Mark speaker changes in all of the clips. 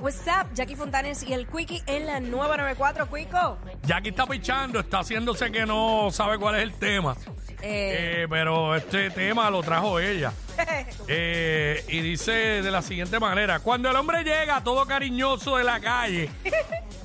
Speaker 1: What's up, Jackie Fontanes y el Quickie en la nueva 94, Quico.
Speaker 2: Jackie está pichando, está haciéndose que no sabe cuál es el tema.
Speaker 1: Eh,
Speaker 2: Eh, pero este tema lo trajo ella. Eh, y dice de la siguiente manera: Cuando el hombre llega todo cariñoso de la calle,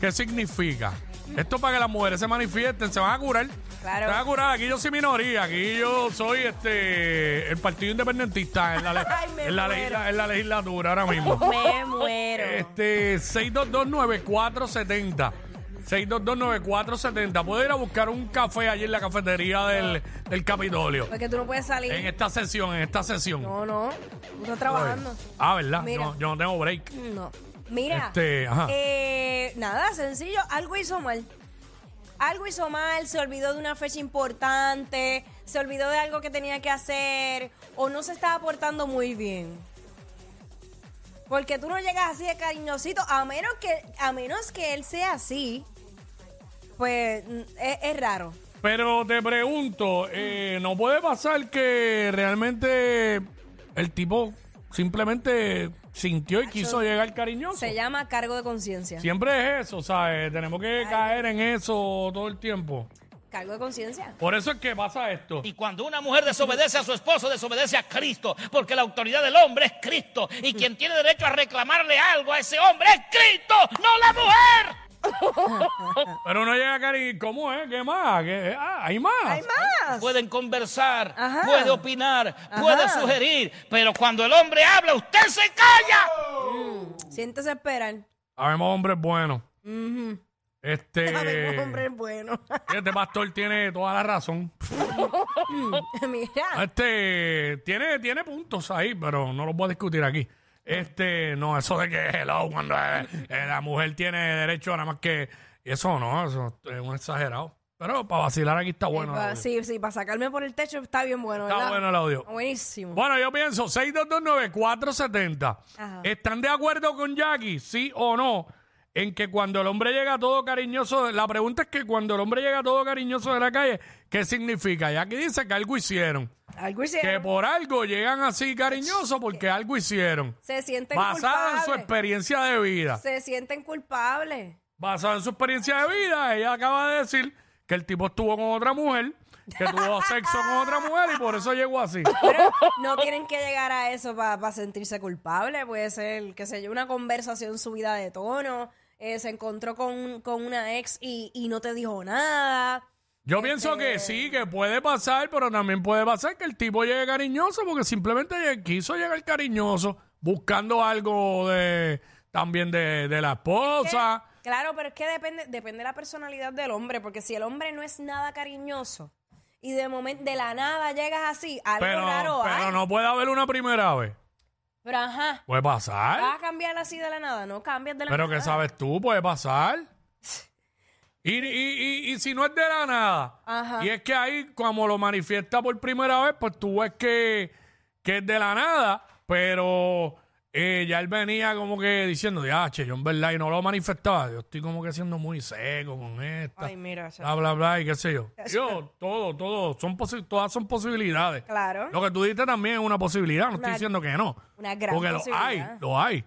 Speaker 2: ¿qué significa? Esto es para que las mujeres se manifiesten, se van a curar.
Speaker 1: Claro.
Speaker 2: Se van a curar. Aquí yo soy minoría, aquí yo soy este el Partido Independentista en la, le-
Speaker 1: Ay, me
Speaker 2: en la
Speaker 1: muero.
Speaker 2: legisla- en la legislatura ahora mismo.
Speaker 1: me muero.
Speaker 2: Este, 6229470. 6229470. Puedo ir a buscar un café allí en la cafetería del, del Capitolio.
Speaker 1: Porque tú no puedes salir.
Speaker 2: En esta sesión, en esta sesión.
Speaker 1: No, no. Tú estás trabajando.
Speaker 2: Ah, ¿verdad?
Speaker 1: Mira.
Speaker 2: No, yo no tengo break.
Speaker 1: No. Mira.
Speaker 2: Este, ajá.
Speaker 1: eh, nada, sencillo. Algo hizo mal. Algo hizo mal, se olvidó de una fecha importante, se olvidó de algo que tenía que hacer o no se estaba portando muy bien. Porque tú no llegas así de cariñosito, a menos que, a menos que él sea así, pues mm, es, es raro.
Speaker 2: Pero te pregunto, eh, ¿no puede pasar que realmente el tipo simplemente sintió y quiso llegar cariñoso?
Speaker 1: Se llama cargo de conciencia.
Speaker 2: Siempre es eso, ¿sabes? Tenemos que caer en eso todo el tiempo.
Speaker 1: Cargo de conciencia.
Speaker 2: Por eso es que pasa esto.
Speaker 3: Y cuando una mujer desobedece a su esposo, desobedece a Cristo, porque la autoridad del hombre es Cristo. Y quien tiene derecho a reclamarle algo a ese hombre es Cristo, no la mujer.
Speaker 2: Pero no llega Cari, ¿cómo es? ¿Qué más? ¿Qué- ah, ¿Hay más?
Speaker 1: ¡Hay más!
Speaker 3: Pueden conversar,
Speaker 1: Ajá.
Speaker 3: puede opinar, puede
Speaker 1: Ajá.
Speaker 3: sugerir, pero cuando el hombre habla, usted se calla.
Speaker 1: Siéntese a esperar.
Speaker 2: Habemos hombres buenos.
Speaker 1: Habemos
Speaker 2: Este,
Speaker 1: hombres buenos.
Speaker 2: este pastor tiene toda la razón.
Speaker 1: Mira.
Speaker 2: Este tiene, tiene puntos ahí, pero no los voy a discutir aquí. Este, no, eso de que hello, cuando eh, eh, la mujer tiene derecho a nada más que. Eso no, eso es un exagerado. Pero para vacilar aquí está bueno. el
Speaker 1: Pa-
Speaker 2: audio.
Speaker 1: sí, sí, para sacarme por el techo está bien bueno,
Speaker 2: Está
Speaker 1: ¿verdad?
Speaker 2: bueno el audio.
Speaker 1: Buenísimo.
Speaker 2: Bueno, yo pienso, 6229470.
Speaker 1: Ajá.
Speaker 2: ¿Están de acuerdo con Jackie, sí o no? En que cuando el hombre llega todo cariñoso, la pregunta es que cuando el hombre llega todo cariñoso de la calle, ¿qué significa? Jackie dice que algo hicieron.
Speaker 1: Algo
Speaker 2: Que
Speaker 1: hicieron.
Speaker 2: por algo llegan así cariñosos porque algo hicieron.
Speaker 1: Se sienten
Speaker 2: Basada en su
Speaker 1: culpables.
Speaker 2: experiencia de vida.
Speaker 1: Se sienten culpables.
Speaker 2: Basada en su experiencia de vida, ella acaba de decir que el tipo estuvo con otra mujer, que tuvo sexo con otra mujer y por eso llegó así.
Speaker 1: Pero no tienen que llegar a eso para sentirse culpables. Puede ser, qué sé yo, una conversación subida de tono. eh, se encontró con, con una ex y, y no te dijo nada.
Speaker 2: Yo pienso que
Speaker 1: Este
Speaker 2: sí, que puede pasar, pero también puede pasar que el tipo llegue cariñoso porque simplemente lle- quiso llegar cariñoso buscando algo de también de, de la esposa.
Speaker 1: Claro, pero es que depende, depende de la personalidad del hombre, porque si el hombre no es nada cariñoso y de momento de la nada llegas así, algo
Speaker 2: Pero,
Speaker 1: raro hay.
Speaker 2: pero no puede haber una primera vez.
Speaker 1: Pero ajá,
Speaker 2: Puede
Speaker 1: vas
Speaker 2: pasar.
Speaker 1: a cambiar así de la nada, no cambias de la
Speaker 2: ¿Ah? Pero
Speaker 1: nada.
Speaker 2: que sabes tú, puede pasar. Y, y- y- y si no es de la nada.
Speaker 1: Ajá.
Speaker 2: Y es que ahí, como lo manifiesta por primera vez, pues tú ves que, que es de la nada, pero eh, ya él venía como que diciendo, ya, che, yo en verdad, y no lo manifestaba. Yo estoy como que siendo muy seco con esta,
Speaker 1: Ay, mira, eso-
Speaker 2: bla, bla, bla, y qué sé yo. Yo, todo, todo, son posi- todas son posibilidades.
Speaker 1: claro.
Speaker 2: Lo que tú diste también es una posibilidad, no estoy
Speaker 1: Una-
Speaker 2: diciendo que no.
Speaker 1: una gran
Speaker 2: Porque lo hay,
Speaker 1: posibilidad.
Speaker 2: lo hay.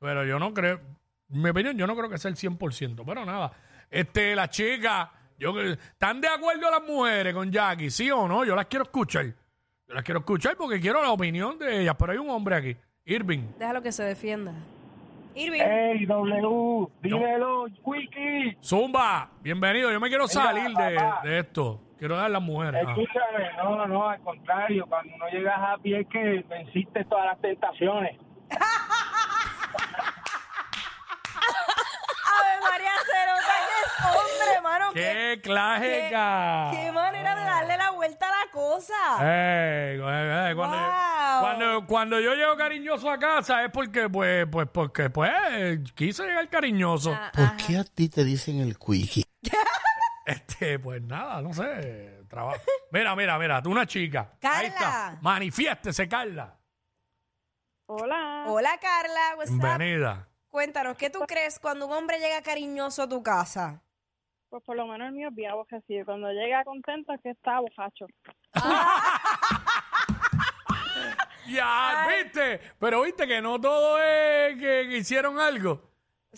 Speaker 2: Pero yo no creo, mi opinión, yo no creo que sea el 100%. Pero nada, este, la chica, yo, que- ¿están de acuerdo las mujeres con Jackie? ¿Sí o no? Yo las quiero escuchar. Yo las quiero escuchar porque quiero la opinión de ellas. Pero hay un hombre aquí, Irving.
Speaker 1: Déjalo que se defienda. Irving,
Speaker 4: Ey, W, dímelo, Wiki.
Speaker 2: Zumba, bienvenido. Yo me quiero salir de, de esto. Quiero dar a las mujeres. Ah.
Speaker 4: Escúchame, no, no, al contrario, cuando uno llega a Happy es que venciste todas las tentaciones.
Speaker 1: Ave María Cerota, que es hombre, hermano.
Speaker 2: Ah. ¡Qué
Speaker 1: qué,
Speaker 2: clásica!
Speaker 1: qué manera de darle la vuelta a la cosa. cosa.
Speaker 2: Ey, eh, eh, cuando,
Speaker 1: Wow.
Speaker 2: cuando, cuando yo llego cariñoso a casa es porque, pues, pues, porque, pues, eh, quise llegar cariñoso.
Speaker 1: Ah.
Speaker 5: ¿Por qué a ti te dicen el quickie?
Speaker 2: Este, pues nada, no sé. Trabajo. Mira, mira, mira, tú una chica. Ahí está.
Speaker 1: Carla.
Speaker 2: Manifiéstese, Carla.
Speaker 6: Hola.
Speaker 1: Hola Carla, what's up?
Speaker 2: pues. Bienvenida.
Speaker 1: Cuéntanos, ¿qué tú crees cuando un hombre llega cariñoso a tu casa?
Speaker 6: Pues por lo menos el mío es bien abojecido. Cuando llega contento es que está bojacho.
Speaker 2: Ya, viste. Pero viste que no todo es que, que hicieron algo.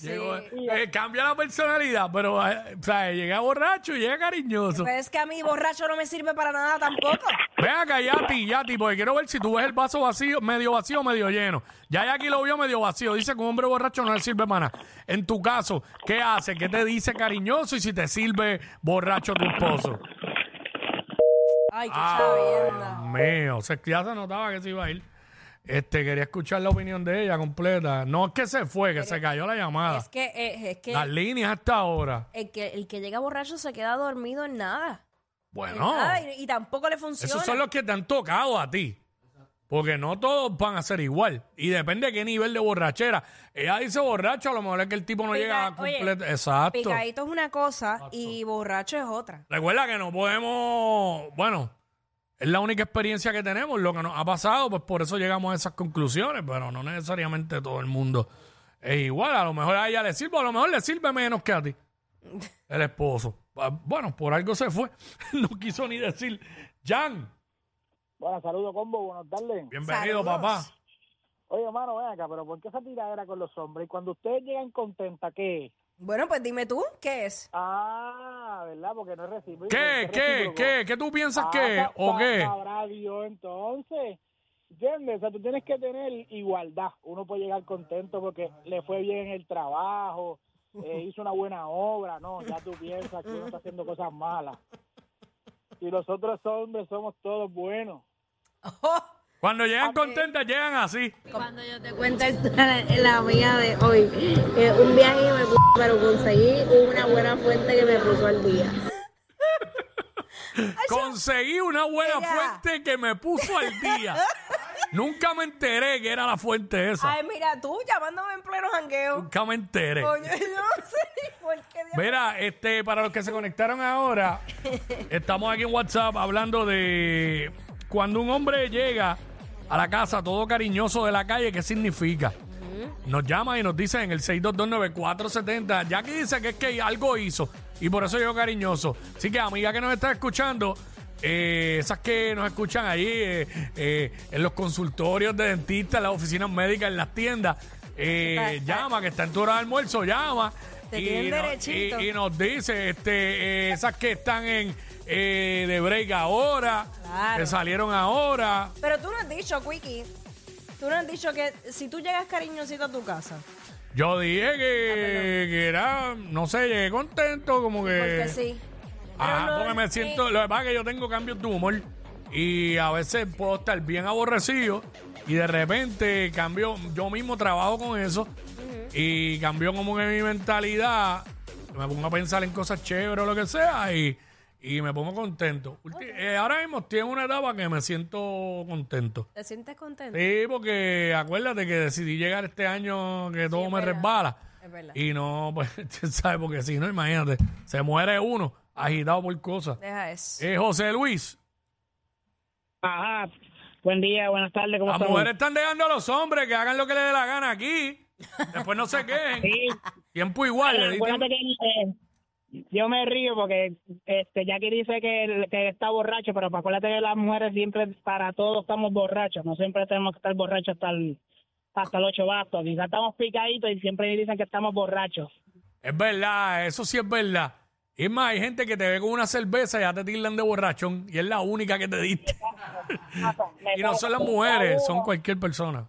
Speaker 2: Llegó, eh, cambia la personalidad, pero eh, o sea, llega borracho y llega cariñoso.
Speaker 1: Pero Pues es que a mí borracho no me sirve para nada tampoco.
Speaker 2: Ven acá, Yati, Yati, porque quiero ver si tú ves el vaso vacío, medio vacío o medio lleno. Ya aquí lo vio medio vacío. Dice que un hombre borracho no le sirve para nada. En tu caso, ¿qué hace? ¿Qué te dice cariñoso y si te sirve borracho tu esposo?
Speaker 1: Ay, qué
Speaker 2: Ah,
Speaker 1: chavienda.
Speaker 2: mío, se, ya se notaba que se iba a ir. Este, quería escuchar la opinión de ella completa. No es que se fue, que se cayó la llamada.
Speaker 1: Es que, eh, es que,
Speaker 2: Las líneas hasta ahora.
Speaker 1: el que el que llega borracho se queda dormido en nada. En
Speaker 2: Bueno,
Speaker 1: nada, y, y tampoco le funciona.
Speaker 2: Ah, esos son los que te han tocado a ti. Porque no todos van a ser igual. Y depende de qué nivel de borrachera. Ella dice borracho, a lo mejor es que el tipo no
Speaker 1: Pica-
Speaker 2: llega a
Speaker 1: oye,
Speaker 2: completo. Exacto.
Speaker 1: Picadito es una cosa y borracho es otra.
Speaker 2: Recuerda que no podemos, bueno, es la única experiencia que tenemos, lo que nos ha pasado, pues por eso llegamos a esas conclusiones, pero no necesariamente todo el mundo es igual, a lo mejor a ella le sirve, a lo mejor le sirve menos que a ti, el esposo. Ah, Bueno, por algo se fue, no quiso ni decir, Jan,
Speaker 4: Bueno, saludos, combo, buenas tardes.
Speaker 2: bienvenido
Speaker 1: Saludos.
Speaker 2: papá.
Speaker 4: Oye, hermano, ven acá, pero ¿por qué esa tiradera con los hombres? Y cuando ustedes llegan contenta, ¿qué?
Speaker 1: Bueno, pues dime tú, ¿qué es?
Speaker 4: Ah, ¿verdad? Porque no es recíproco.
Speaker 2: ¿Qué,
Speaker 4: es
Speaker 2: qué,
Speaker 4: recíproco.
Speaker 2: qué, qué tú piensas
Speaker 4: Ah,
Speaker 2: que,
Speaker 4: sa-
Speaker 2: o
Speaker 4: sa-
Speaker 2: qué?
Speaker 4: Sabrá Dios, entonces. ¿Entiendes? O sea, tú tienes que tener igualdad. Uno puede llegar contento porque le fue bien en el trabajo, eh, hizo una buena obra, ¿no? Ya tú piensas que uno está haciendo cosas malas. Y los otros hombres somos todos buenos.
Speaker 2: Cuando llegan contentas, llegan así.
Speaker 7: Cuando yo te cuente la, la mía de hoy, que un viaje me puso, pero conseguí una buena fuente que me puso al día.
Speaker 2: Conseguí una buena
Speaker 1: Ella.
Speaker 2: fuente que me puso al día. Nunca me enteré que era la fuente esa.
Speaker 1: Ay, mira, tú llamándome en pleno jangueo.
Speaker 2: Nunca me enteré.
Speaker 1: Coño, yo no sé ni por qué. diablos.
Speaker 2: Mira, este, para los que se conectaron ahora, estamos aquí en WhatsApp hablando de cuando un hombre llega a la casa todo cariñoso de la calle, ¿qué significa? Nos llama y nos dice en el 6229470. Jackie dice que es que algo hizo y por eso yo cariñoso. Así que, amiga que nos está escuchando, eh, esas que nos escuchan allí eh, eh, en los consultorios de dentistas, en las oficinas médicas, en las tiendas, eh, llama, que está en tu hora de almuerzo, llama.
Speaker 1: Te tienen
Speaker 2: no-
Speaker 1: derechito.
Speaker 2: y- y nos dice este, eh, esas que están en eh, de break ahora,
Speaker 1: Claro.
Speaker 2: que salieron ahora.
Speaker 1: Pero tú no has dicho, Quickie, tú no has dicho que si tú llegas cariñosito a tu casa,
Speaker 2: Yo dije que, que era, no sé, llegué contento, como que.
Speaker 1: porque Ah, sí.
Speaker 2: Ajá,
Speaker 1: Pero no-
Speaker 2: Eh, ah, porque me siento. Lo que pasa es que yo tengo cambios de humor y a veces puedo estar bien aborrecido y de repente cambio. Yo mismo trabajo con eso y cambió como que mi mentalidad. Me pongo a pensar en cosas chéveres o lo que sea y, y me pongo contento. Ulti- eh, ahora mismo estoy en una etapa que me siento contento.
Speaker 1: ¿Te sientes contento?
Speaker 2: Sí, porque acuérdate que decidí llegar este año que todo me resbala.
Speaker 1: Es verdad.
Speaker 2: Y no, pues, ¿sabes? Porque si no, imagínate, se muere uno agitado por cosas.
Speaker 1: Deja eso.
Speaker 2: Eh, José Luis,
Speaker 4: Ajá. Buen día, buenas tardes, ¿cómo
Speaker 2: las
Speaker 4: estamos?
Speaker 2: Ah, mujeres están dejando a los hombres que hagan lo que les dé la gana aquí. Después no se quejen.
Speaker 4: Sí,
Speaker 2: Tiempo igual. le di
Speaker 4: acuérdate
Speaker 2: tiempo-
Speaker 4: que, eh, yo me río porque este Jackie dice que, el- que está borracho, pero acuérdate que las mujeres siempre, para todos estamos borrachos, no siempre tenemos que estar borrachos hasta el, hasta los ocho bastos, quizás estamos picaditos y siempre dicen que estamos borrachos.
Speaker 2: Es verdad, eso sí es verdad. Es más, hay gente que te ve con una cerveza y ya te tildan de borrachón. Y es la única que te diste. Y no son las mujeres, son cualquier persona.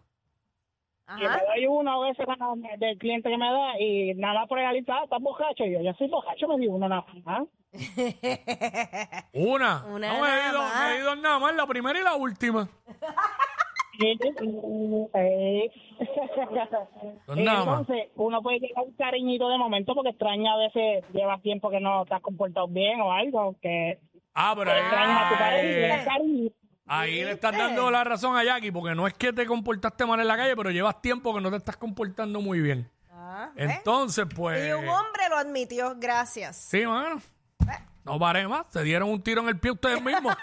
Speaker 4: Y me
Speaker 1: Ajá.
Speaker 4: doy uno a veces cuando me- del cliente que me da y nada más por realizar, estás borracho. Y yo, yo soy borracho, me di uno nada más. ¿ah?
Speaker 2: Una.
Speaker 1: Una
Speaker 2: no, me
Speaker 1: nada
Speaker 2: he ido,
Speaker 1: más.
Speaker 2: me he ido nada más, la primera y la última.
Speaker 4: Sí, sí, sí.
Speaker 2: Pues nada más.
Speaker 4: Entonces, uno puede llegar un cariñito de momento porque extraña a veces, llevas tiempo que no te has comportado bien o algo, que
Speaker 2: Ah, pero
Speaker 4: Extrañas Pues, a tu
Speaker 2: ahí,
Speaker 4: país,
Speaker 2: ahí,
Speaker 4: cariño.
Speaker 2: ahí le estás dando la razón a Jackie, porque no es que te comportaste mal en la calle, pero llevas tiempo que no te estás comportando muy bien.
Speaker 1: Ah, ¿ves?
Speaker 2: Entonces, pues.
Speaker 1: Y un hombre lo admitió, gracias. ¿Eh?
Speaker 2: Sí, mano. No paré más. Se dieron un tiro en el pie ustedes mismos.